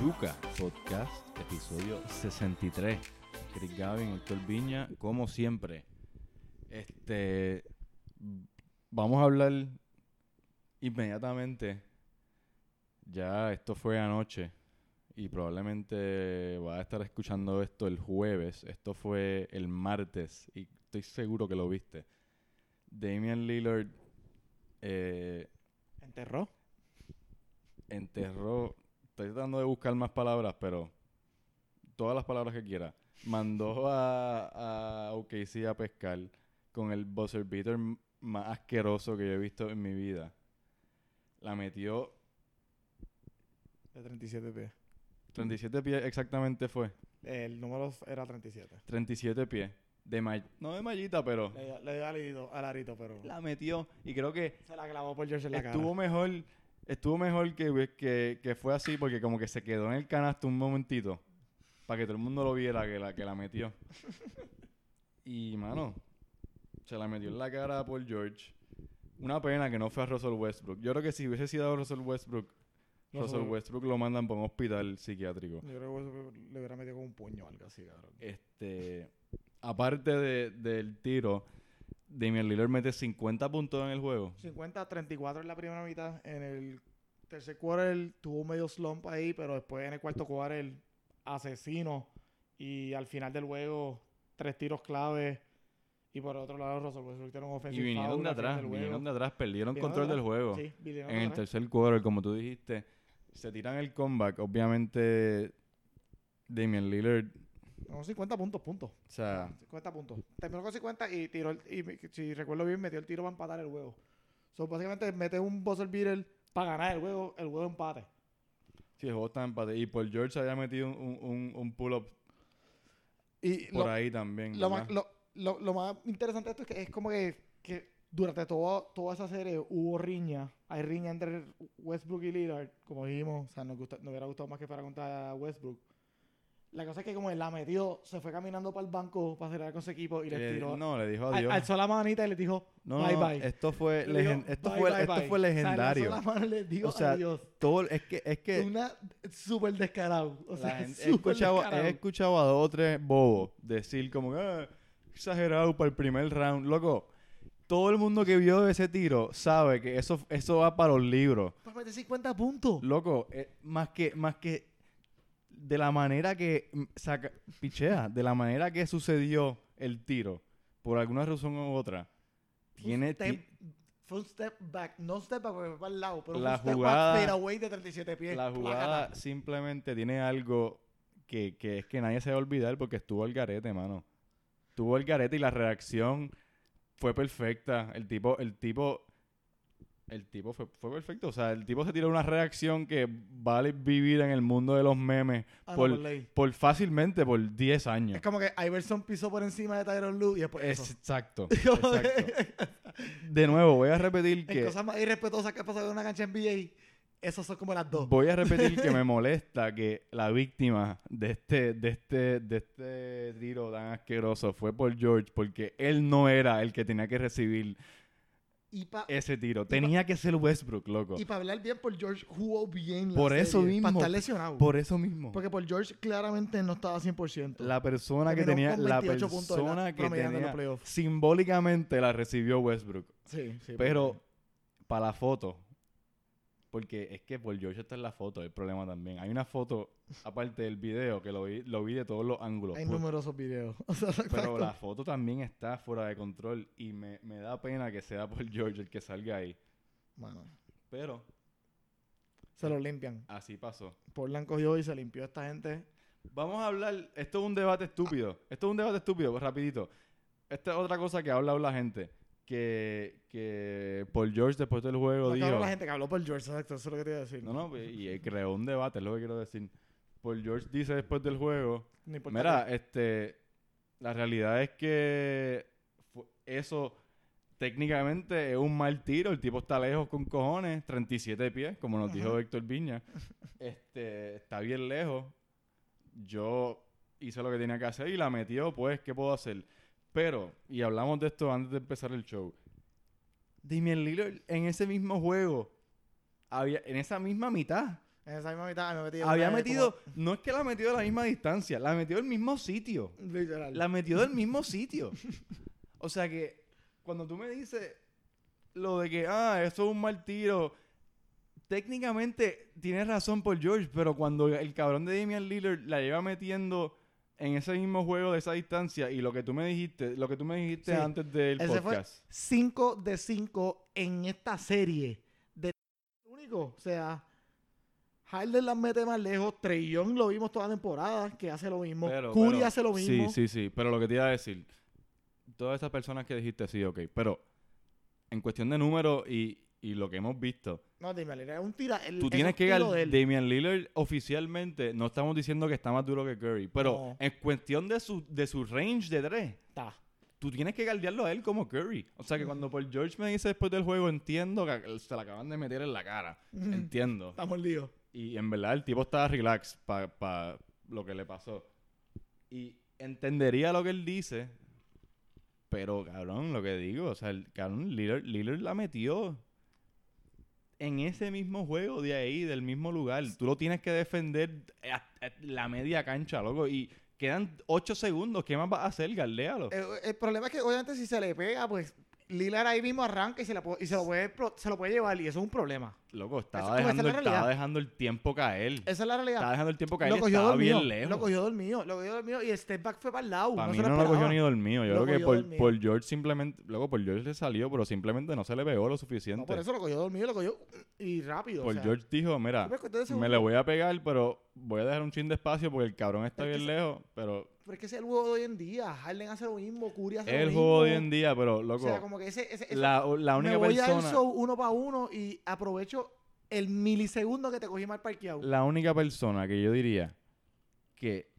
Yuca Podcast, episodio 63. Chris Gavin, Héctor Viña, como siempre. Este. Vamos a hablar inmediatamente. Ya esto fue anoche. Y probablemente va a estar escuchando esto el jueves. Esto fue el martes. Y estoy seguro que lo viste. Damian Lillard eh, Enterró. enterró. Estoy tratando de buscar más palabras, pero todas las palabras que quiera. Mandó a, a OKC a pescar con el buzzer beater m- más asqueroso que yo he visto en mi vida. La metió De 37 pies. 37 pies exactamente fue. El número f- era 37. 37 pies. De ma- no de mallita, pero Le, dio- le dio al arito, al arito, pero la metió. Y creo que se la clavó por George en la estuvo cara. mejor estuvo mejor que, que, que fue así porque como que se quedó en el canasto un momentito para que todo el mundo lo viera que la que la metió y mano se la metió en la cara a Paul George una pena que no fue a Russell Westbrook yo creo que si hubiese sido a Russell Westbrook Russell Russell- Westbrook lo mandan para un hospital psiquiátrico Yo creo que eso le hubiera metido con un puño o algo así, cabrón. este, aparte de- del tiro Damian Lillard mete 50 puntos en el juego 50-34 en la primera mitad. En el tercer quarter tuvo un medio slump ahí, pero después en el cuarto quarter asesino. Y al final del juego, tres tiros claves. Y por otro lado, Russell Westbrook tiene un y ofensivo. vinieron de atrás vinieron de atrás perdieron control del juego Sí, vinieron en de el atrás. tercer quarter, como tú dijiste, se tiran el comeback. Obviamente, Damian Lillard, Unos 50 puntos, puntos. o sea, 50 puntos. Terminó con 50 y tiró el, y me- si recuerdo bien, metió el tiro para empatar el juego. So, básicamente mete un buzzer beater para ganar el juego, el juego empate. si el juego está empate. Y Paul George había metido un, un- un- un pull-up Y por lo, ahí también. lo ¿verdad? más, lo, lo- lo más interesante de esto es que es como que, que durante todo, toda esa serie hubo riña. Hay riña entre Westbrook y Lillard, como dijimos. O sea, nos, gusta- nos hubiera gustado más que fuera contra Westbrook. La cosa es que como él la metió, se fue caminando para el banco para celebrar con su equipo y le Que le- tiró. Eh, no, le dijo al- adiós. alzó la manita y le dijo, no, no, bye no, bye. esto Le fue, dijo, Eh, legen- esto "Bye, fue, bye, esto bye". fue O sea, le legendario. alzó la mano y le dijo O sea, adiós. Todo, es que, es que Una súper descarado. O la sea, gente- he, súper escuchado, descarado. he escuchado a dos o tres bobos decir como que "Ah, exagerado para el primer round. Loco, todo el mundo que vio ese tiro sabe que eso, eso va para los libros. Pues mete 50 puntos. Loco, eh, más que más que de la manera que mm, saca pichea, de la manera que sucedió el tiro por alguna razón u otra. Tiene Un step- ti- fue un step back. No un step back porque fue para el lado, pero fue La un step jugada- back fadeaway de 37 pies. la Placata. jugada simplemente tiene algo que, que es que nadie se va a olvidar porque estuvo el garete, mano. Estuvo el garete y la reacción fue perfecta. El tipo el tipo el tipo fue, fue perfecto, o sea, el tipo se tiró una reacción que vale vivir en el mundo de los memes Ah, no, por- por ley. por fácilmente por 10 años. Es como que Iverson pisó por encima de Tyron Lue y después eso. Exacto. Como que exacto. De nuevo, voy a repetir en que cosas más irrespetuosas que ha pasado en una cancha NBA, esas son como las dos. voy a repetir que me molesta que la víctima de este de este de este tiro tan asqueroso fue por George porque él no era el que tenía que recibir Y para ese tiro. Tenía que ser Westbrook, loco. hablar bien por George, jugó bien la Por eso serie, Para mismo, estar lesionado. Por eso mismo. Porque por George claramente no estaba 100%. La persona que Terminó tenía con la 28 puntos en la- persona que promediando en los tenía playoffs. simbólicamente la recibió Westbrook. sí, sí. Pero para la foto, porque es que por George está en la foto, el problema también. Hay una foto, aparte del video, que lo vi, lo vi de todos los ángulos. Hay pu- numerosos videos. O sea, pero exacto. la foto también está fuera de control y me, me da pena que sea por George el que salga ahí. Mano, Pero se lo limpian. así pasó. Portland cogió y se limpió a esta gente. Vamos a hablar, esto es un debate estúpido. Esto es un debate estúpido, pues, rapidito. Esta es otra cosa que ha hablado la gente. Que, que Paul George después del juego No, dijo... cabrón, la gente que habló por George, exacto. Eso es lo que te iba a decir. No, no, pues, y eh, creó un debate, es lo que quiero decir. Paul George dice después del juego, No importa mira, este, la realidad es que fu- eso técnicamente es un mal tiro, el tipo está lejos con cojones, 37 pies, como nos dijo Ajá. Héctor Viña, este, está bien lejos, yo hice lo que tenía que hacer y la metió, pues, ¿qué puedo hacer? Pero, y hablamos de esto antes de empezar el show, Damian Lillard en ese mismo juego, había, en esa misma mitad, En esa misma mitad me metí Había una vez metido, no es que la metió de la misma distancia, la metió del mismo sitio. como- Literal. La metió del mismo sitio. O sea que cuando tú me dices lo de que, ah, eso es un mal tiro, técnicamente tienes razón por George, pero cuando el cabrón de Damian Lillard la lleva metiendo en ese mismo juego de esa distancia y lo que tú me dijiste, lo que tú me dijiste Sí. antes del Ese fue- podcast. 5 de 5 en esta serie. De único. O sea, Harden las mete más lejos. Treillón lo vimos toda la temporada, que hace lo mismo. Pero- Curry pero- hace lo mismo. Sí, sí, sí. Pero lo que te iba a decir, todas esas personas que dijiste, sí, ok. Pero en cuestión de números y, y lo que hemos visto, No, dime, era un tira. el- tú es tienes un que tiro de él. Damian Lillard oficialmente, no estamos diciendo que está más duro que Curry, pero No. en cuestión de su, de su range de tres, Está. tú tienes que galdearlo a él como Curry. O sea que cuando Paul George me dice después del juego, entiendo que se la acaban de meter en la cara. Mm. Entiendo. Estamos líos. Y en verdad el tipo estaba relax para lo que le pasó. Y entendería lo que él dice. Pero, cabrón, lo que digo, o sea, el cabrón Lillard, Lillard la metió en ese mismo juego de ahí, del mismo lugar. Tú lo tienes que defender a- a la media cancha, loco. Y quedan 8 segundos. ¿Qué más vas a hacer? Galdéalo. El, Eh, el problema es que obviamente si se le pega, pues Lillard ahí mismo arranca y se, la po- y se, lo, puede, pro- se lo puede llevar y eso es un problema. Loco, esa estaba es la dejando, realidad. estaba dejando el tiempo caer. Esa es la realidad. Estaba dejando el tiempo caer. y lo cogió estaba dormido. bien lejos. Lo cogió dormido. Lo cogió dormido y el step back fue para el lado. Para no mí se lo no lo cogió esperaba. ni dormido. Yo Lo creo que cogió por, dormido. por George simplemente. Luego, por George le salió, pero simplemente no se le pegó lo suficiente. No, por eso lo cogió dormido, lo cogió y rápido. o Por sea, George dijo: Mira, fue cuestión de me segundos. le voy a pegar, pero voy a dejar un chin de espacio porque el cabrón está Es que bien se- lejos. Pero Pero es que ese es el juego de hoy en día. Harden hace lo mismo, Curry hace es lo el mismo. juego de hoy en día, pero loco. O sea, como que ese. ese, ese- la, la única me voy a persona. al show uno para uno y aprovecho el milisegundo que te cogí mal parqueado. La única persona que yo diría que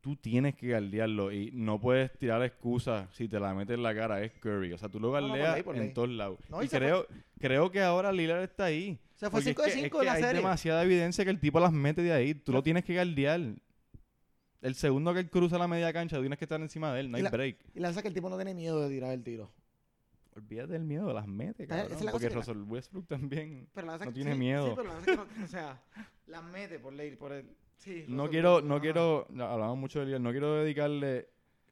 tú tienes que galdearlo y no puedes tirar excusas si te la metes en la cara es Curry. O sea, tú lo no, por galdeas ley, por en ley. todos lados. No, y y se fue- creo, creo que ahora Lillard está ahí. Se fue Porque 5 de es que- 5 es en la que Hay serie. demasiada evidencia que el tipo las mete de ahí. Tú lo tienes que galdear. El segundo que él cruza la media cancha, tú tienes que estar encima de él. No Y hay la- break. Y la cosa es que el tipo no tiene miedo de tirar el tiro. Olvídate del miedo, las Esa mete, es la cabrón. cosa porque que la- Russell Westbrook también. Pero la cosa No es- tiene sí, miedo. Sí, pero la cosa es que no- o sea, las mete por ley, por el. Sí, No Russell quiero, Westbrook, no ajá. quiero, no, hablamos mucho de Lillard, no quiero dedicarle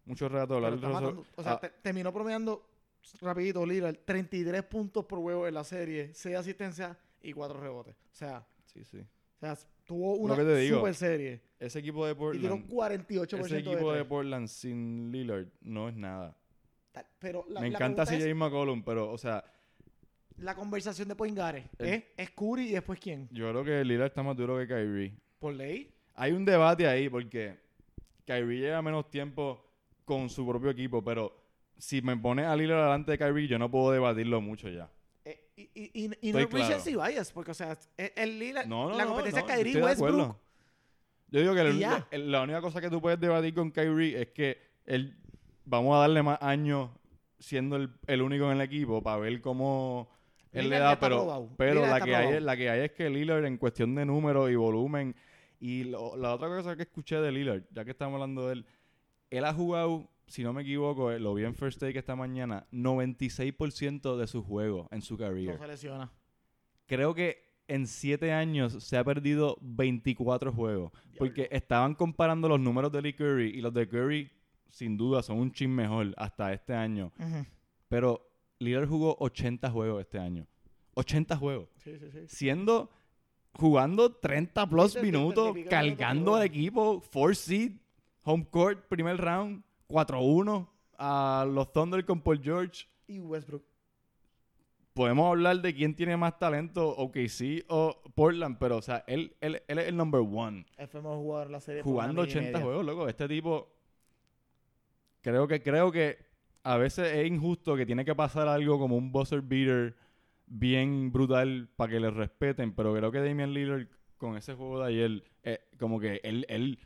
mucho rato a Pero hablar de está Russell- Ah, matando- o sea, a- te- terminó promediando rapidito Lillard 33 puntos por juego en la serie, 6 asistencias y 4 rebotes. O sea, sí, sí. o sea tuvo una que te digo, super serie. Ese equipo de Y dieron Portland, 48% ese de, equipo de tres. Portland sin Lillard no es nada. Tal- Pero la, Me la encanta pregunta CJ McCollum, pero, o sea, es la conversación de Poingare. El- ¿eh? ¿Es Curry y después quién? yo creo que Lillard está más duro que Kyrie. ¿Por ley? Hay un debate ahí porque Kyrie lleva menos tiempo con su propio equipo, pero si me pones a Lillard delante de Kyrie, yo no puedo debatirlo mucho ya. Eh, y, y, y, y no Estoy es claro. recency bias, porque, o sea, el, el Lillard- No, no, la no, competencia no, es Kyrie estoy de acuerdo. Westbrook. Yo digo que Y la, ya. la- la única cosa que tú puedes debatir con Kyrie es que él, vamos a darle más años siendo el, el único en el equipo para ver cómo él Lillard le ya da, está pero, probado. pero Lillard la, está que hay, probado. es- la que hay es que Lillard en cuestión de números y volumen y lo- la otra cosa que escuché de Lillard, ya que estamos hablando de él, él ha jugado, si no me equivoco, eh, lo vi en First Take esta mañana, 96% de sus juegos en su No carrera. se lesiona. Creo que en siete años se ha perdido 24 juegos. Porque estaban comparando los números de Lee Curry y los de Curry, sin duda, son un chin mejor hasta este año. Ujú. Pero Lillard jugó 80 juegos este año. 80 juegos. Sí, sí, sí. Siendo, jugando 30 plus Sí, sí, sí, minutos, sí, sí, sí, sí, sí, sí, sí, sí, sí, sí, sí, cargando al equipo, 4 seed, home court, primer round, 4-1 a los Thunder con Paul George. Y Westbrook. podemos hablar de quién tiene más talento, OKC o Portland, pero, o sea, él, él, él es el number one. Él fue el mejor jugador de la serie. por una Jugando milla y 80 media. juegos, loco. Este tipo, creo que, creo que a veces es injusto que tiene que pasar algo como un buzzer beater bien brutal para que le respeten, pero creo que Damian Lillard con ese juego de ayer, eh, como que él, él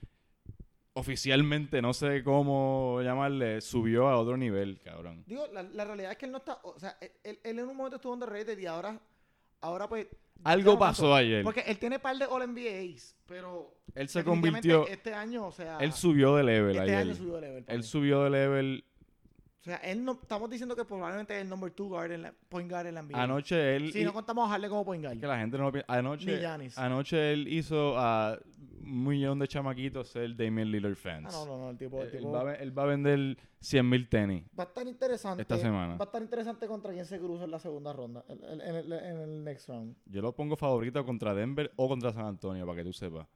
oficialmente, no sé cómo llamarle, subió a otro nivel, cabrón. Digo, la, la realidad es que él no está. O sea, él, él- él en un momento estuvo underrated y ahora. Ahora pues. ya Algo no tanto. pasó ayer. Porque él tiene par de All NBAs, pero. Él se definitivamente convirtió... Este año, o sea. Él subió de level Este ayer. año subió de level. para Él mí. subió de level O sea, él no, estamos diciendo que probablemente es el number two guard en la, point guard en la NBA. Anoche él. si hi- no contamos a Harden como point que guard. la gente no lo pi- Ni Anoche, Giannis. Ah, anoche él hizo a un millón de chamaquitos ser Damien Lillard fans. Ah, Eh, no, no, no. El tipo, el Él- él, tipo va a, ve- él va a vender 100 mil tenis. Va a estar interesante. Esta semana. Va a estar interesante contra quién se cruza en la segunda ronda, en, en- en el- en el next round. Yo los pongo favorito contra Denver o contra San Antonio, para que tú sepas.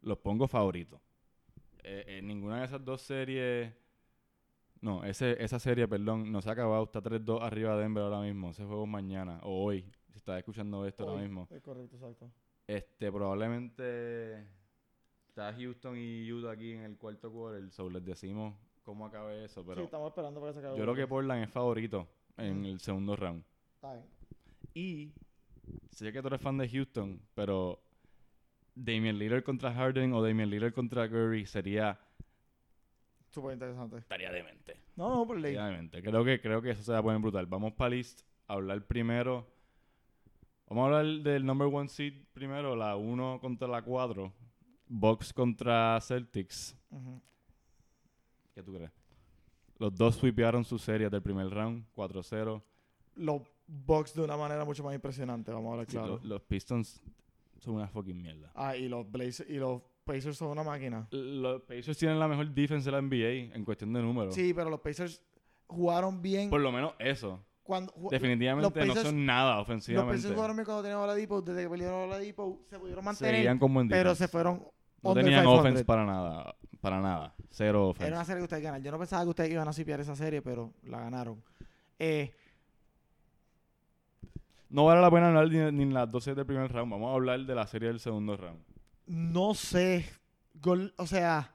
Los pongo favoritos. Eh, ninguna de esas dos series. No, ese, esa serie, perdón, no se ha acabado. Está 3-2 arriba Denver ahora mismo. Ese juego es mañana o hoy. Si estás escuchando esto ahora Hoy. mismo. Eh, correcto, exacto. Este, probablemente está Houston y Utah aquí en el cuarto quarter. So les decimos cómo acabe eso. sí, Pero estamos esperando para que se acabe. yo creo que Está Portland es favorito en Ujú. el segundo round. bien. Y sé que tú eres fan de Houston, pero Damian Lillard contra Harden o Damian Lillard contra Curry sería Súper interesante. estaría demente. No, no, por ley. Estaría demente. Creo que creo que eso se va a poner brutal. Vamos para list a hablar primero. Vamos a hablar del number one seed primero, la 1 contra la 4. Bucks contra Celtics. Ujú. ¿Qué tú crees? Los dos sweepearon sus series del primer round, 4-0. Los Bucks de una manera mucho más impresionante, vamos a hablar Sí, lo- claro. Los, Pistons son una fucking mierda. Ah, y los Blazers y los Pacers son una máquina. Los Pacers tienen la mejor defense de la NBA en cuestión de números. Sí, pero los Pacers jugaron bien Por lo menos eso. cuando ju- Definitivamente no Pacers- son nada los ofensivamente. Pacers jugaron bien cuando tenían a Oladipo, desde que perdieron a Oladipo se pudieron mantener, Seguían con buen pero defense. se fueron No under tenían 500. offense para nada. Para nada. Cero offense. Era una serie que ustedes ganaron. Yo no pensaba que ustedes iban a sipiar esa serie, pero la ganaron. Eh, No vale la pena hablar ni, ni en las 12 del primer round. Vamos a hablar de la serie del segundo round. no sé. Gol- o sea,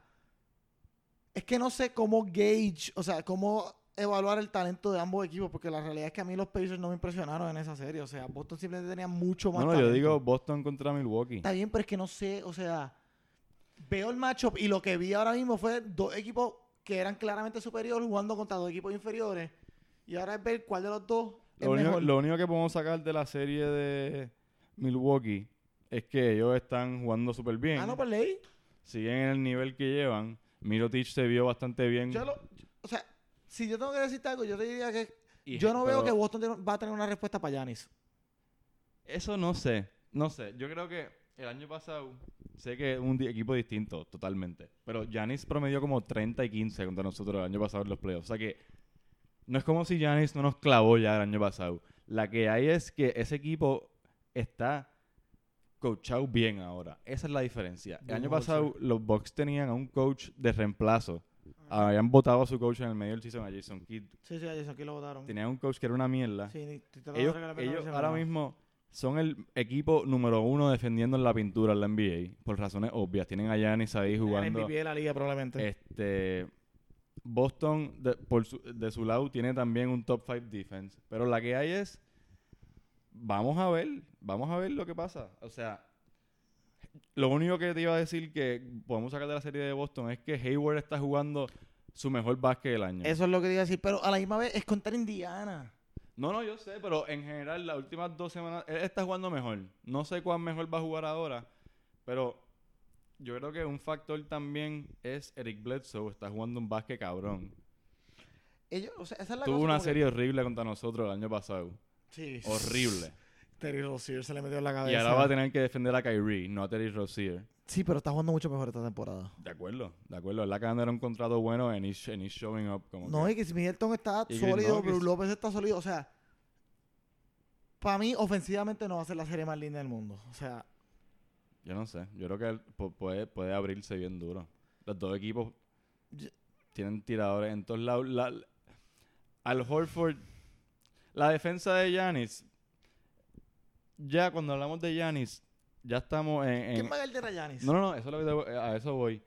es que no sé cómo gauge, o sea, cómo evaluar el talento de ambos equipos, porque la realidad es que a mí los Pacers no me impresionaron en esa serie. O sea, Boston simplemente tenía mucho más No, no, yo talento. digo Boston contra Milwaukee. Está bien, pero es que no sé, o sea, veo el matchup y lo que vi ahora mismo fue dos equipos que eran claramente superiores jugando contra dos equipos inferiores. Y ahora es ver cuál de los dos es Lo único, mejor. lo único que podemos sacar de la serie de Milwaukee es que ellos están jugando súper bien. Ah, no, pues leí. Siguen en el nivel que llevan. Mirotic se vio bastante bien. Yo lo, o sea, si yo tengo que decirte algo, yo te diría que Y- yo no veo pero- que Boston tiene- va a tener una respuesta para Yanis. Eso no sé, no sé. Yo creo que el año pasado, sé que es un di- equipo distinto totalmente, pero Giannis promedió como 30 y 15 contra nosotros el año pasado en los playoffs. O sea que no es como si Giannis no nos clavó ya el año pasado. La que hay es que ese equipo está coachado bien ahora. Esa es la diferencia. El Bien año coachado. pasado los Bucks tenían a un coach de reemplazo. Habían votado a su coach en el medio del season a Jason Kidd. Sí, sí, a Jason Kidd lo votaron. Tenían un coach que era una mierda. Sí, ni- te lo voy a Ellos, regalar, ellos pero no se ahora llama. mismo son el equipo número uno defendiendo en la pintura en la NBA, por razones obvias. Tienen a Giannis ahí Era el jugando. MVP de la liga probablemente. Este, Boston, de, por su, de su lado, tiene también un top 5 defense. Pero la que hay es, vamos a ver, vamos a ver lo que pasa. O sea, lo único que te iba a decir que podemos sacar de la serie de Boston es que Hayward está jugando su mejor básquet del año. Eso es lo que te iba a decir, pero a la misma vez es contra Indiana. No, no, yo sé, pero en general las últimas dos semanas él está jugando mejor. No sé cuán mejor va a jugar ahora, pero yo creo que un factor también es Eric Bledsoe está jugando un básquet cabrón. Ellos, o sea, esa es la Tuvo cosa una como que- serie horrible contra nosotros el año pasado. Sí. Horrible. Terry Rozier se le metió en la cabeza. Y ahora va a tener que defender a Kyrie, no a Terry Rozier. Sí, pero está jugando mucho mejor esta temporada. De acuerdo, de acuerdo. Él acaba de dar un contrato bueno en he's, and he's showing up. Como No, que- y que si Middleton está Y que sólido, no, que Brook si- López está sólido. O sea, para mí, ofensivamente no va a ser la serie más linda del mundo. O sea, Yo no sé, yo creo que él pu- puede, puede abrirse bien duro. Los dos equipos Yo- tienen tiradores en todos lados. La- al Horford, la defensa de Yanis, ya cuando hablamos de Yanis, ya estamos en... en- ¿quién va a ganar de Giannis? no, no, no, eso es lo que te voy- a eso voy.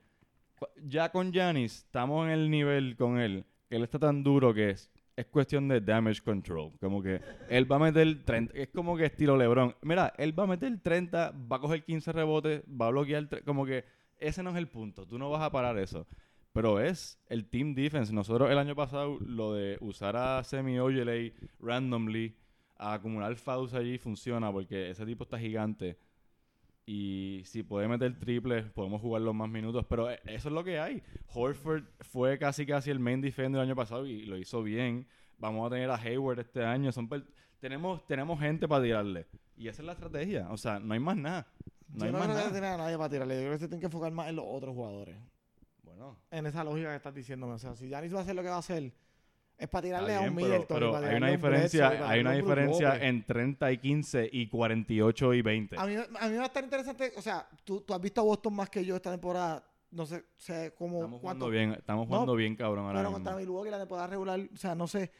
Cu- Ya con Yanis estamos en el nivel con él, que él está tan duro que es, es cuestión de damage control. Como que él va a meter 30, es como que estilo Lebron. Mira, él va a meter 30, va a coger 15 rebotes, va a bloquear, tre- como que ese no es el punto, tú no vas a parar eso. Pero es el team defense. Nosotros el año pasado lo de usar a Semi Ojeley randomly, a acumular fouls allí funciona porque ese tipo está gigante. Y si puede meter triple, podemos jugar los más minutos. Pero e- eso es lo que hay. Horford fue casi casi el main defender el año pasado y lo hizo bien. Vamos a tener a Hayward este año. Son per- tenemos, tenemos gente para tirarle. Y esa es la estrategia. O sea, no hay más nada. No yo hay no más creo que nada. tenga a nadie para tirarle. Yo creo que se tienen que enfocar más en los otros jugadores. Bueno, En esa lógica que estás diciéndome. O sea, si Yanis va a hacer lo que va a hacer, es para está tirarle a un bien, pero- Middleton. y pero para hay tirarle una a un diferencia, Bledsoe, y para hay una tirarle a un Brook diferencia Lopez. en 30 y 15 y 48 y 20. A mí, a mí me va a estar interesante. O sea, tú, tú has visto a Boston más que yo esta temporada. No sé, sé cómo. cuánto- Estamos jugando bien, estamos jugando bien cabrón ahora Pero mismo. contra Milwaukee la temporada regular, o sea, no sé.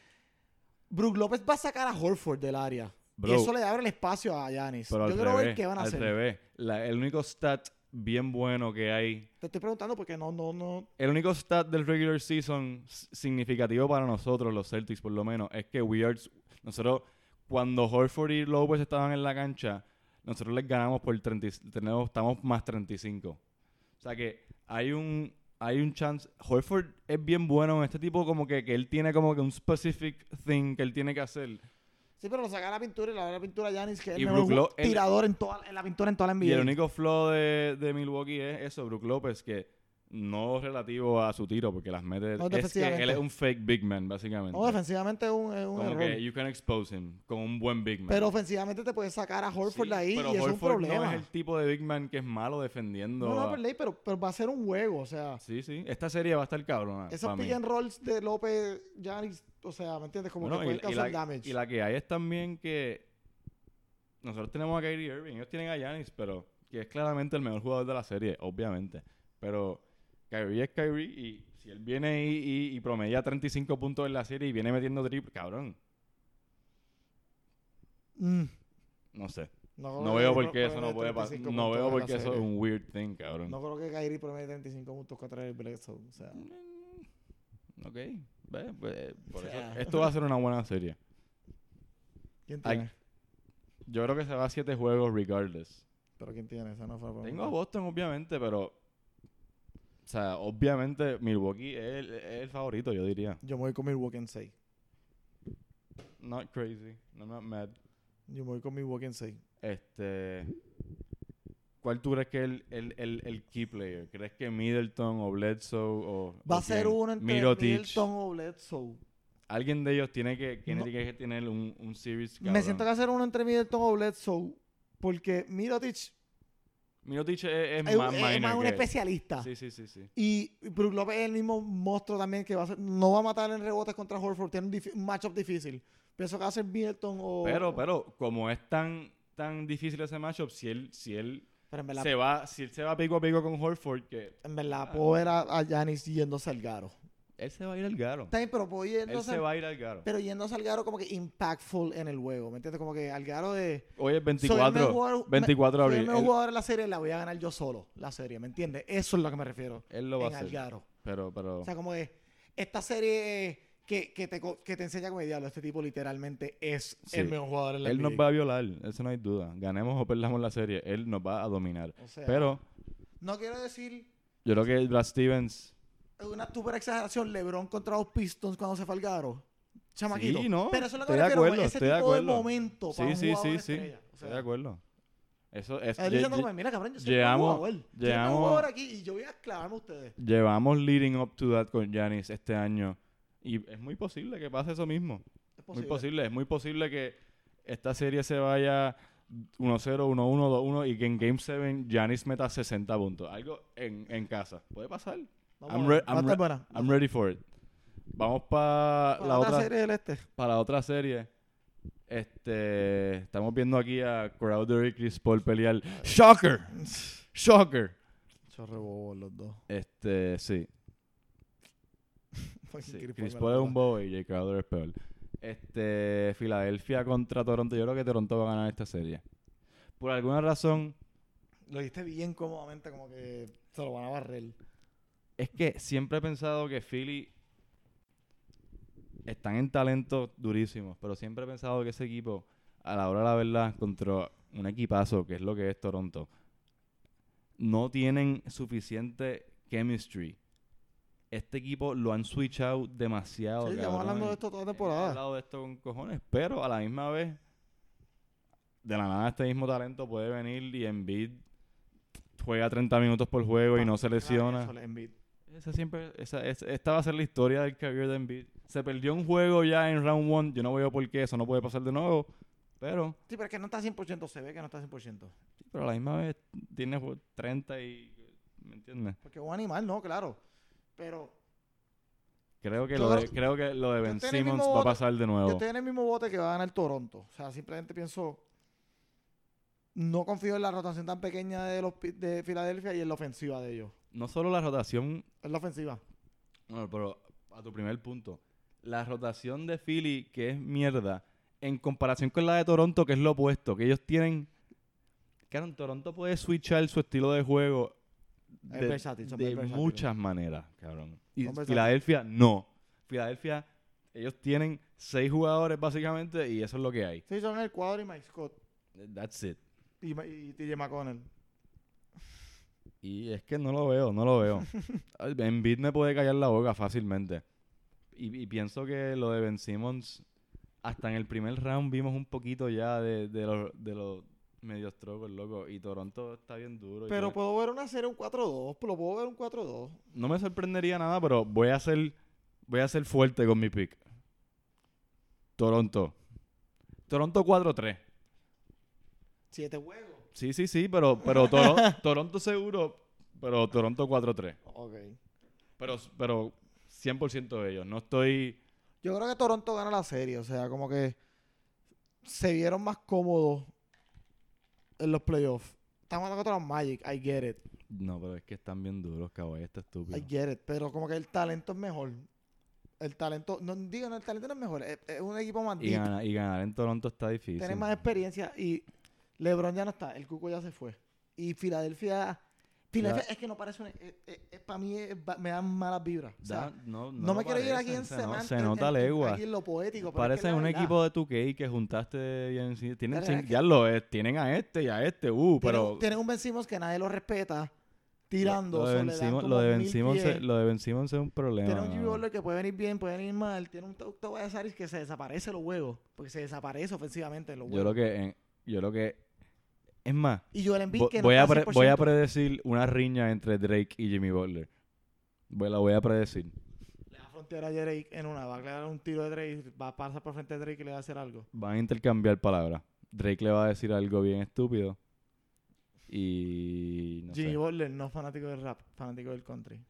Brook López va a sacar a Horford del área. Bro. y eso le abre el espacio a Yanis. Pero Yo al quiero revés, ver qué van a al hacer. revés. La- el único stat bien bueno que hay, Te estoy preguntando porque no, no, no. el único stat del regular season s- significativo para nosotros, los Celtics por lo menos, es que we are- nosotros cuando Horford y Lopez estaban en la cancha, nosotros les ganamos por 30, y- tenemos, estamos más 35. O sea que hay un hay un chance. Horford es bien bueno en este tipo como que, que él tiene como que un specific thing que él tiene que hacer. Sí, pero lo saca a la pintura y le abre la pintura a Yanis, que es Y el mejor Brook Lo- ju- el- tirador en, toda, en la pintura en toda la NBA. Y el único flow de, de Milwaukee es eso, Brook López, que no relativo a su tiro, porque las mete. No, es que él defensivamente. es un fake big man, básicamente. no, defensivamente es un, es un Como error. que you can expose him con un buen big man. Pero ofensivamente te puedes sacar a Horford Sí, de ahí pero y es un Horford problema. No es el tipo de big man que es malo defendiendo. No, no, a- por ley, pero, pero va a ser un juego, o sea. Sí, sí. Esta serie va a estar cabrona. Esos Ah, pa' mí. pick and rolls de López, Yanis, o sea, ¿me entiendes? Como Bueno, que y, pueden y causar la, damage. y la que hay es también que nosotros tenemos a Kyrie Irving, ellos tienen a Giannis, pero que es claramente el mejor jugador de la serie, obviamente. Pero Kyrie es Kyrie y si él viene y, y- y promedia 35 puntos en la serie y viene metiendo triple, cabrón, Mm. no sé. No, eh, creo No veo que por Kyrie qué eso no promedie puede pasar. 35 No puntos veo en la por qué eso es serie. un weird thing, cabrón. No creo que Kyrie promedie 35 puntos contra el Bledsoe. O sea, Mm, Ok. Ve, pues, por O eso- sea. esto va a ser una buena serie. ¿quién Ay. tiene? Yo creo que se va a 7 juegos regardless. Pero ¿quién tiene? Esa Pues, no fue la Tengo a pregunta. Boston, obviamente, pero. O sea, obviamente Milwaukee es el, es el favorito, yo diría. Yo me voy con Milwaukee en 6. Not crazy. I'm not mad. Yo me voy con Milwaukee en 6. Este. ¿Cuál tú crees que es el, el, el, el key player? ¿Crees que Middleton o Bledsoe o. Va o a ser quién? uno entre Mirotic. Middleton o Bledsoe. Alguien de ellos tiene que, tiene No. que tener un, un series. Me cabrón. siento que va a ser uno entre Middleton o Bledsoe. Porque Mirotic es, Mirotic es, es es más minor más un que- especialista. Sí, sí, sí, sí. Y Brook López es el mismo monstruo también que va a ser, no va a matar en rebotes contra Horford. Tiene un, dif- un matchup difícil. Pienso que va a ser Middleton o. Pero, pero, como es tan, tan difícil ese matchup, si él, si él Pero en verdad, se va, si él se va pico a pico con Horford, que en verdad puedo ver a Yanis yéndose al garo. Él se va a ir al garo. Está bien, pero puedo ir Él yéndose se va a ir al garo. Pero yéndose al Garo como que impactful en el juego, ¿me entiendes? Como que al Garo de... Hoy soy es el 24, mejor- 24 de Soy el abril. mejor Él, jugador de la serie, la voy a ganar yo solo, la serie, ¿me entiendes? Eso es lo que me refiero. él lo va En a hacer. Algaro. Pero, pero... O sea, como que esta serie que, que te, co- que te enseña como diablo, este tipo literalmente es Sí. el mejor jugador en la él nos NBA. va a violar, eso no hay duda. Ganemos o perdamos la serie, él nos va a dominar. O sea, Pero No quiero decir yo creo que Brad Stevens... una super exageración, LeBron contra los Pistons cuando se fue al Garo. Chamaquito. Sí, no, Pero eso es lo que estoy me de refiero, como acuerdo, ese estoy de tipo de, acuerdo. momento para Sí, un sí, jugador sí, sí. estrella. O Estoy sea, de acuerdo. Eso es... Él lle- diciendo lle- como, mira cabrón, yo soy llegamos- un jugador. Yo soy un llegamos- jugador aquí y yo voy a clavarme a ustedes. llevamos leading up to that con Giannis este año. Y es muy posible que pase eso mismo. Es posible. Muy posible, es muy posible que esta serie se vaya 1-0, 1-1, 2-1 y que en Game 7 Giannis meta 60 puntos. Algo en, en casa. Puede pasar. Vamos I'm a ver. re- Va a I'm estar re- buena. I'm ready for it. Vamos para Para la otra, serie del este. para la otra serie. Este, estamos viendo aquí a Crowder y Chris Paul pelear. Shocker, shocker. Chorre bobo los dos. Este, sí. Fucking Chris Sí, Paul Chris me la Paul es pela. un bobo y Jay Crowder es peor. Este, Filadelfia contra Toronto. Yo creo que Toronto va a ganar esta serie. Por alguna razón, Lo diste bien cómodamente, como que se lo van a barrer. es que siempre he pensado que Philly están en talentos durísimos, pero siempre he pensado que ese equipo, a la hora de la verdad, contra un equipazo, que es lo que es Toronto, no tienen suficiente chemistry. Este equipo lo han switchado demasiado. Sí, llevamos cabrón. hablando de esto toda la Hemos temporada. hablado de esto con cojones, pero a la misma vez, de la nada este mismo talento puede venir y Embiid juega 30 minutos por juego y no se lesiona. Eso, Embiid. Esa siempre, esa, es- esta va a ser la historia del career de Embiid. Se perdió un juego ya en round one. Yo no veo por qué eso no puede pasar de nuevo. Pero, Sí, pero es que no está 100%, se ve que no está 100%. sí, pero a la misma vez tiene ju- 30 y... ¿Me entiendes? Porque es un animal, no, claro. Pero Creo que, Yo lo de, creo- creo que lo de yo Ben estoy en el Simmons mismo va a bote- pasar de yo nuevo. estoy en el mismo bote que va a ganar Toronto. O sea, simplemente pienso. No confío en la rotación tan pequeña de los pi- de Filadelfia y en la ofensiva de ellos. No solo la rotación En la ofensiva. Bueno, pero a tu primer punto, la rotación de Philly, que es mierda, en comparación con la de Toronto, que es lo opuesto, que ellos tienen... Claro, en Toronto puede switchar su estilo de juego Es de, versátil, son de bien versátiles. muchas maneras, cabrón. Y Son versátiles. Filadelfia no. Filadelfia, ellos tienen seis jugadores básicamente y eso es lo que hay. Sí, son el cuadro y Mike Scott. That's it. Y, Ma- y TJ McConnell. Y es que no lo veo, no lo veo. Embiid me puede callar la boca fácilmente. Y, y pienso que lo de Ben Simmons, hasta en el primer round vimos un poquito ya de, de los, de los medios trocos, loco. Y Toronto está bien duro. y Pero tiene- puedo ver una serie un 4-2. Lo puedo ver un 4-2. No me sorprendería nada, pero voy a ser, voy a ser fuerte con mi pick. Toronto. Toronto 4-3. Siete juegos. Sí, sí, sí, pero, pero Toro- Toronto seguro, pero Toronto 4-3. Ok. Pero, pero 100% de ellos. No estoy... Yo creo que Toronto gana la serie. O sea, como que se vieron más cómodos en los playoffs. Estamos hablando contra los Magic. I get it. No, pero es que están bien duros, cabrón. Está estúpido. I get it, pero como que el talento es mejor. El talento, no digo, no, el talento no es mejor, es, es un equipo más y, deep, ganar, y ganar en Toronto está difícil. tiene más experiencia y LeBron ya no está, el Cuco ya se fue. Y Filadelfia, Filadelfia es que no parece un, para mí es- va- me dan malas vibras. O sea, Da- no, no, no me lo quiero ir parecen, aquí en se no- semana. se nota legua. Aquí en lo poético. pero es que Parece es la un verdad. equipo de 2K que juntaste bien. sí, Tienen, Pero es sin- que- ya lo es. Tienen a este y a este. Tienen- Uh, pero. Tienen un Ben Simmons que nadie lo respeta, tirando. Lo de so Ben le dan Simmons- como lo de mil Ben Simmons pies. es- lo de Ben Simmons es un problema. Tiene un Jimmy mano. Butler que puede venir bien, puede venir mal. Tiene un Tobias to Tobias Harris que se desaparece los huevos. Porque se desaparece ofensivamente en los yo huevos. lo que. en- yo lo que. Es más, y Joel Embiid vo- que no voy, a está pre- voy 100%. a predecir una riña entre Drake y Jimmy Butler. Voy- la voy a predecir. Le va a frontear a Drake en una. Va a clavar un tiro de Drake. Va a pasar por frente de Drake y le va a hacer algo. van a intercambiar palabras. Drake le va a decir algo bien estúpido. Y. No Jimmy sé. Butler no es fanático del rap, fanático del country.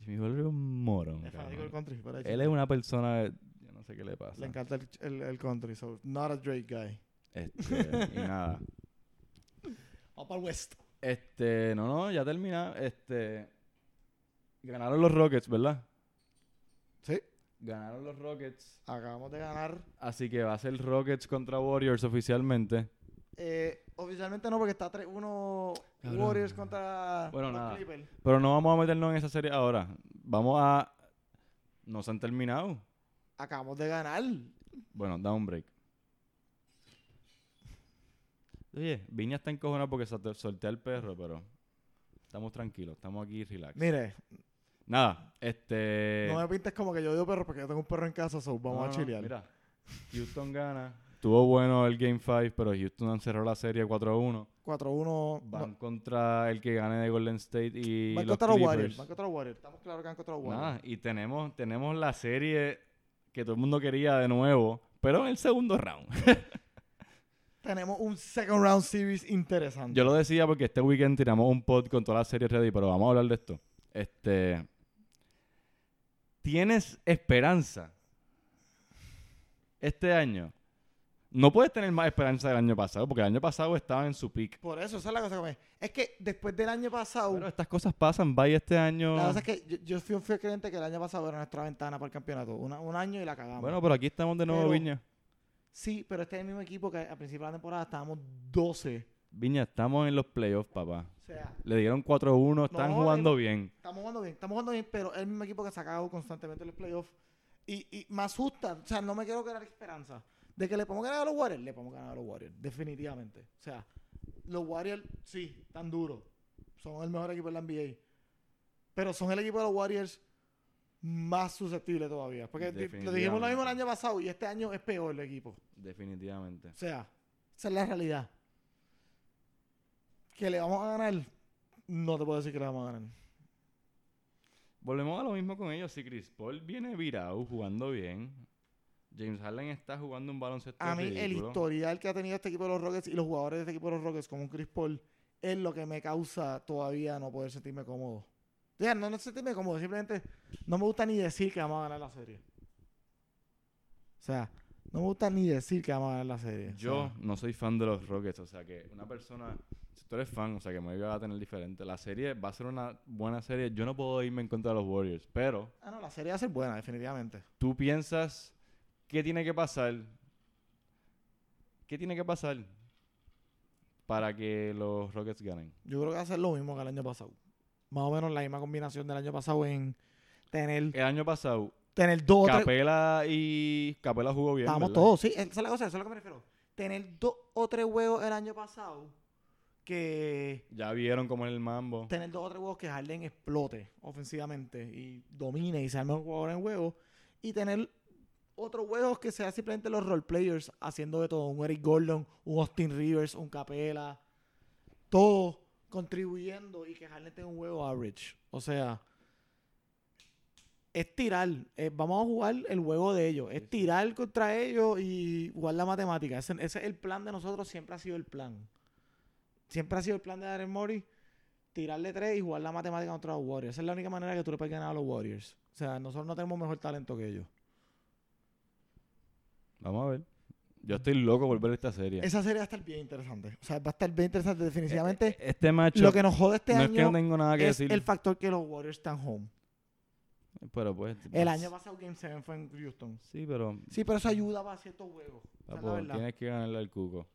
Jimmy Butler es un morón. Es fanático del cabrón. country. fuera de Él chiste. es una persona. Yo no sé qué le Le pasa. encanta el, el- el country. So, not a Drake guy. Este, y nada. Vamos para el West. Este, no, no, ya termina. Este. Ganaron los Rockets, ¿verdad? Sí. Ganaron los Rockets. Acabamos de ganar. Así que va a ser Rockets contra Warriors oficialmente. Eh, oficialmente no, porque está 3-1 Cabrón. Warriors contra Bueno, los nada. Clippers. Pero no vamos a meternos en esa serie ahora. Vamos a. Nos han terminado. Acabamos de ganar. Bueno, da un break. Oye, Viña está encojonado porque sate- solté al perro, pero estamos tranquilos, estamos aquí relax. Mire, Nada, este. no me pintes como que yo odio perros porque yo tengo un perro en casa, so vamos no, a no, chilear. Mira, Houston gana. Estuvo bueno el Game 5, pero Houston encerró la serie 4-1. 4-1. Van no, contra el que gane de Golden State y. Van los contra los Warriors. Van Clippers. contra los Warriors. Estamos claros que van contra los Warriors. Nada, y tenemos, tenemos la serie que todo el mundo quería de nuevo, pero en el segundo round. Tenemos un second round series interesante. Yo lo decía porque este weekend tiramos un pod con todas las series ready, pero vamos a hablar de esto. Este. ¿Tienes esperanza este año? No puedes tener más esperanza del año pasado, porque el año pasado estaban en su peak. Por eso, esa es la cosa que me... Es que después del año pasado... Pero estas cosas pasan, vaya este año. la cosa es que yo, yo fui un fiel creyente que el año pasado era nuestra ventana para el campeonato. Una- un año y la cagamos. Bueno, pues. pero aquí estamos de nuevo, Pero- Viña. sí, pero este es el mismo equipo que a principio de la temporada estábamos 12. Viña, estamos en los playoffs, papá. O sea, Le dieron 4-1, están No, jugando bien. Estamos jugando bien, estamos jugando bien, pero es el mismo equipo que se ha cagado constantemente en los playoffs. Y, y me asusta, o sea, no me quiero crear esperanza. De que le podemos ganar a los Warriors, le podemos ganar a los Warriors, definitivamente. O sea, los Warriors, sí, están duros. Son el mejor equipo de la NBA. Pero son el equipo de los Warriors más susceptible todavía. Porque di- lo dijimos lo mismo el Definitivamente. año pasado y este año es peor el equipo. Definitivamente. O sea, esa es la realidad. Que le vamos a ganar. No te puedo decir que le vamos a ganar. Volvemos a lo mismo con ellos. Si Chris Paul viene virado, jugando bien, James Harden está jugando un baloncesto A mí, el ridículo. historial que ha tenido este equipo de los Rockets y los jugadores de este equipo de los Rockets, como un Chris Paul, es lo que me causa todavía no poder sentirme cómodo. O sea, no, no sentirme cómodo, simplemente no me gusta ni decir que vamos a ganar la serie. O sea, no me gusta ni decir que vamos a ganar la serie. O Yo sea, no soy fan de los Rockets, o sea que una persona, si tú eres fan, o sea que me voy a tener diferente. La serie va a ser una buena serie. Yo no puedo irme en contra de los Warriors, pero ah, no, la serie va a ser buena, definitivamente. tú piensas qué tiene que pasar, qué tiene que pasar para que los Rockets ganen. Yo creo que va a ser lo mismo que el año pasado. Más o menos la misma combinación del año pasado en tener, El año pasado, tener dos o tres- Capela y Capela jugó bien. Estábamos ¿verdad? todos, sí, esa es la cosa, eso es lo que me refiero. Tener dos o tres huevos el año pasado que. Ya vieron cómo es el mambo. Tener dos o tres huevos que Harden explote ofensivamente y domine y sea el mejor jugador en juego. Y tener otros huevos que sea simplemente los role players haciendo de todo. Un Eric Gordon, un Austin Rivers, un Capela. Todo contribuyendo y que Harden tenga un huevo average. O sea. Es tirar, eh, vamos a jugar el juego de ellos, Sí, es sí. tirar contra ellos y jugar la matemática. Ese, ese es el plan de nosotros, siempre ha sido el plan. Siempre ha sido el plan de Darren Mori tirarle tres y jugar la matemática contra los Warriors. Esa es la única manera que tú le puedes ganar a los Warriors. O sea, nosotros no tenemos mejor talento que ellos. Vamos a ver. Yo estoy loco por ver esta serie. Esa serie va a estar bien Eh, interesante. O sea, va a estar bien interesante. Definitivamente, E- e- este macho. lo que nos jode este no es que año no tengo nada que es decir. el factor que los Warriors están home. Pero pues. El pues, año pasado Game 7 fue en Houston. Sí, pero. Sí, pero eso ayuda para ciertos juegos. Esa es la papo, verdad. tienes que ganarle al cuco.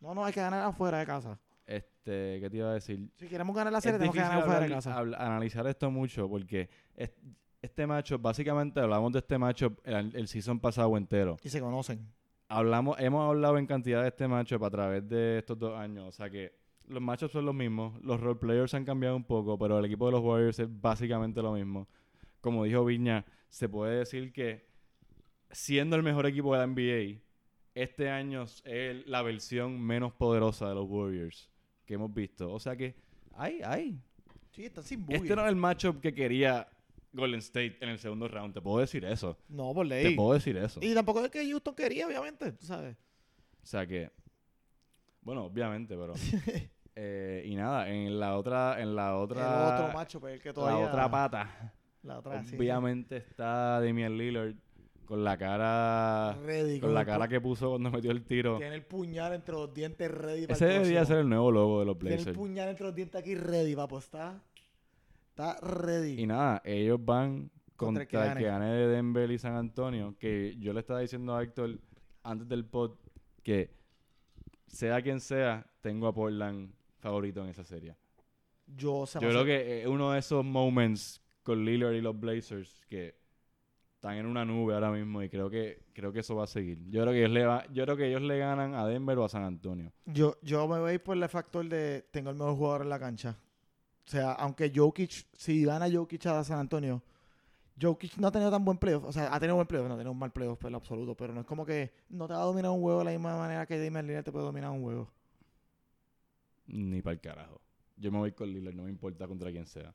No, no, hay que ganar afuera de casa. Este, ¿qué te iba a decir? Si queremos ganar la Es serie, tenemos que difícil ganar afuera de hablar- casa. habla- analizar esto mucho porque es- este macho, básicamente hablamos de este macho el, el season pasado entero. Y se conocen. hablamos, hemos hablado en cantidad de este matchup a través de estos dos años. O sea que los matchups son los mismos, los role players han cambiado un poco, pero el equipo de los Warriors es básicamente lo mismo. Como dijo Viña, se puede decir que siendo el mejor equipo de la NBA, este año es el- la versión menos poderosa de los Warriors que hemos visto. O sea que, ay, ay. Sí, están sin buggy. Este no es el matchup que quería Golden State en el segundo round. Te puedo decir eso. No, por Te ley. puedo decir eso. Y tampoco es que Houston quería, obviamente, tú sabes. O sea que. Bueno, obviamente, pero. eh, y nada, en la otra. En la otra. el otro macho, pero el que la todavía... otra pata. La otra, sí. obviamente está Damian Lillard con la cara. Ready, Con la cara que puso cuando metió el tiro. Tiene el puñal entre los dientes ready para Ese el debería ser próximo. el nuevo logo de los Tiene el Blazers. puñal entre los dientes aquí ready para apostar. Está Y ready. nada, ellos van Contra contra, el que el que gane de Denver y San Antonio. Que yo le estaba diciendo a Héctor antes del pod que sea quien sea, tengo a Portland favorito en esa serie. Yo, se me Yo creo hace- que eh, uno de esos moments con Lillard y los Blazers que están en una nube ahora mismo y creo que creo que eso va a seguir. Yo creo que ellos le va- yo creo que ellos le ganan a Denver o a San Antonio. Yo, yo me voy por el factor de tengo el mejor jugador en la cancha. O sea, aunque Jokic, si gana Jokic a San Antonio, Jokic no ha tenido tan buen playoff. O sea, ha tenido buen playoff, no ha tenido un mal playoff, pero en absoluto. Pero no es como que no te va a dominar un juego de la misma manera que Damian Lillard te puede dominar un juego. Ni para el carajo. Yo me voy con Lillard, no me importa contra quién sea.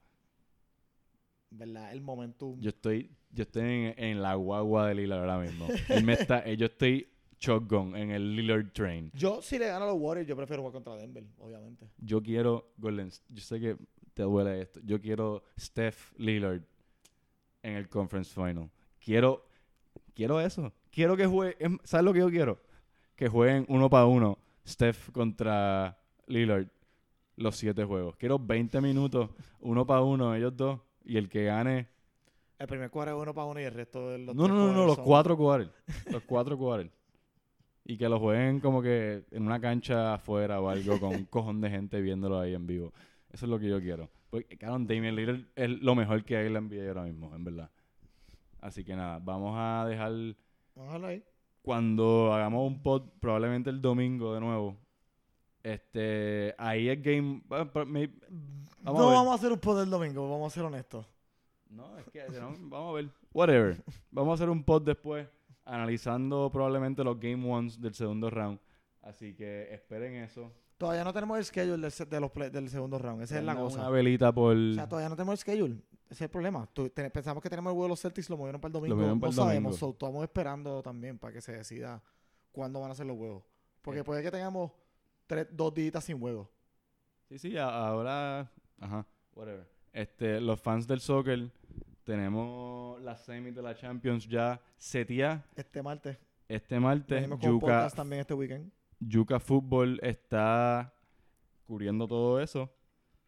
¿Verdad? El momentum. Yo estoy yo estoy en, en la guagua de Lillard ahora mismo. Él me está eh, yo estoy shotgun en el Lillard train. Yo, si le gano a los Warriors, yo prefiero jugar contra Denver, obviamente. Yo quiero Golden S- yo sé que te duele esto. Yo quiero Steph Lillard en el Conference Final. Quiero quiero eso. Quiero que juegue, em, ¿sabes lo que yo quiero? Que jueguen uno para uno Steph contra Lillard los siete juegos. Quiero 20 minutos uno para uno ellos dos y el que gane El primer cuadro es uno para uno y el resto de los No, tres no, no, no, quarters los son- cuatro quarters. Los cuatro quarters. Y que lo jueguen como que en una cancha afuera o algo con un cojón de gente viéndolo ahí en vivo. Eso es lo que yo quiero. Porque, claro, Damian Lillard es lo mejor que hay en la NBA ahora mismo, en verdad. Así que nada, vamos a dejar Vamos a dejarlo ahí. cuando hagamos un pod, probablemente el domingo de nuevo. Este, ahí es game. bueno, pero me- Vamos a no ver. vamos a hacer un poder el domingo, vamos a ser honestos. No, es que si no, vamos a ver. Whatever. Vamos a hacer un pod después analizando probablemente los game ones del segundo round. Así que esperen eso. Todavía no tenemos el schedule del, se- de los play- del segundo round. Esa es la Una- Una cosa. velita por. O sea, todavía no tenemos el schedule. Ese es el problema. Tu- te- pensamos que tenemos el juego de los Celtics, lo movieron para el domingo. movieron no para el sabemos. domingo. so, estamos esperando también para que se decida cuándo van a ser los juegos. Porque Eh. puede que tengamos tres, dos dígitas sin juego. Sí, sí, a- ahora. Ajá. Whatever. Este, los fans del soccer, tenemos las semis de la Champions ya seteadas Este martes. este martes. Venimos con Yuca, podcast también este weekend. Yuca Fútbol está cubriendo todo eso.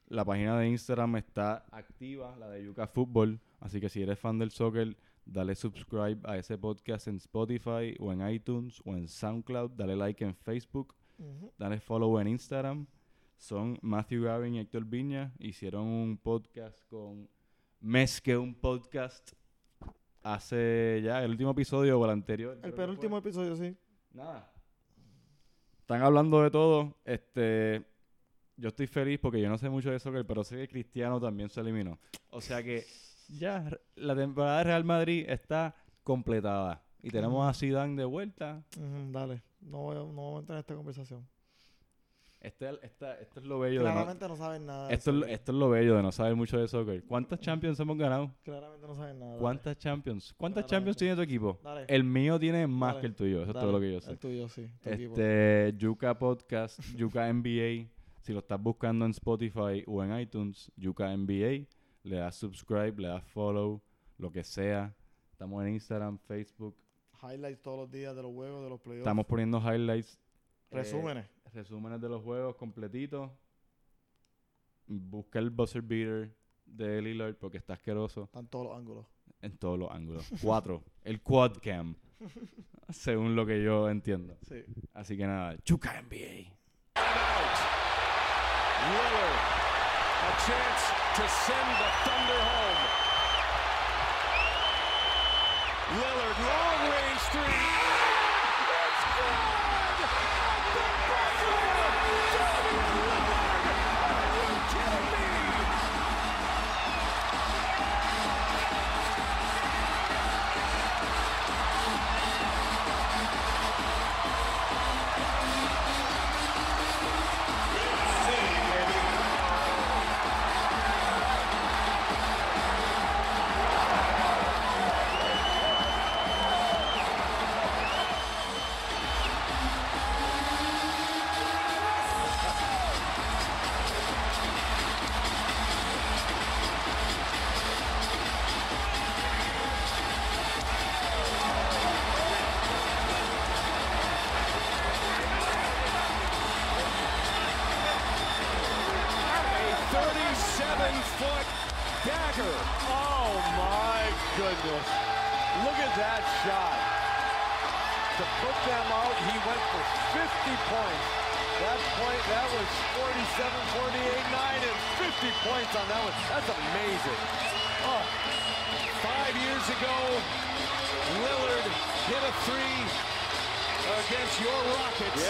La página de Instagram está activa, la de Yuca Fútbol. Así que si eres fan del soccer, dale subscribe a ese podcast en Spotify o en iTunes o en SoundCloud. Dale like en Facebook Ujú. dale follow en Instagram. Son Matthew Gavin y Héctor Viña. Hicieron un podcast con Mes que un podcast hace ya el último episodio o el anterior. creo El que fue. penúltimo episodio, sí. Nada. Están hablando de todo. Este, yo estoy feliz porque yo no sé mucho de soccer, pero sé que Cristiano también se eliminó. O sea que ya r- la temporada de Real Madrid está completada. Y tenemos a Zidane de vuelta. Ujú, dale. No, voy a- no vamos a entrar en esta conversación. Este, esta- esto es lo bello de, no- Este Claramente no saben nada. de Esto es, lo- soccer. esto es lo bello de no saber mucho de soccer. ¿Cuántas Champions hemos ganado? Claramente no saben nada. dale. ¿Cuántas Champions? ¿Cuántas Claramente. Champions tiene tu equipo? Dale. El mío tiene más Dale, que el tuyo. Eso es todo dale. lo que yo sé. El tuyo, sí. tu equipo. Este, Yuka Podcast, Yuka NBA. Si lo estás buscando en Spotify o en iTunes, Yuka NBA. Le das subscribe, le das follow, lo que sea. Estamos en Instagram, Facebook. Highlights todos los días de los juegos, de los playoffs. Estamos poniendo highlights, Eh, Resúmenes. resúmenes de los juegos completitos. Busca el buzzer beater de Lillard porque está asqueroso. Están todos los ángulos. En todos los ángulos. Cuatro. El quad cam. Según lo que yo entiendo. Sí. Así que nada, Chuca NBA. Lillard, a chance to send the Thunder home. Lillard, long range three. It's good! The buzzer! Damian Lillard! Are you kidding me? A 37-foot dagger. Oh my goodness. Look at that shot. To put them out, he went for 50 points. That point, that was 47, 48, 9, and 50 points on that one. That's amazing. Oh, five years ago, Lillard hit a three against your Rockets.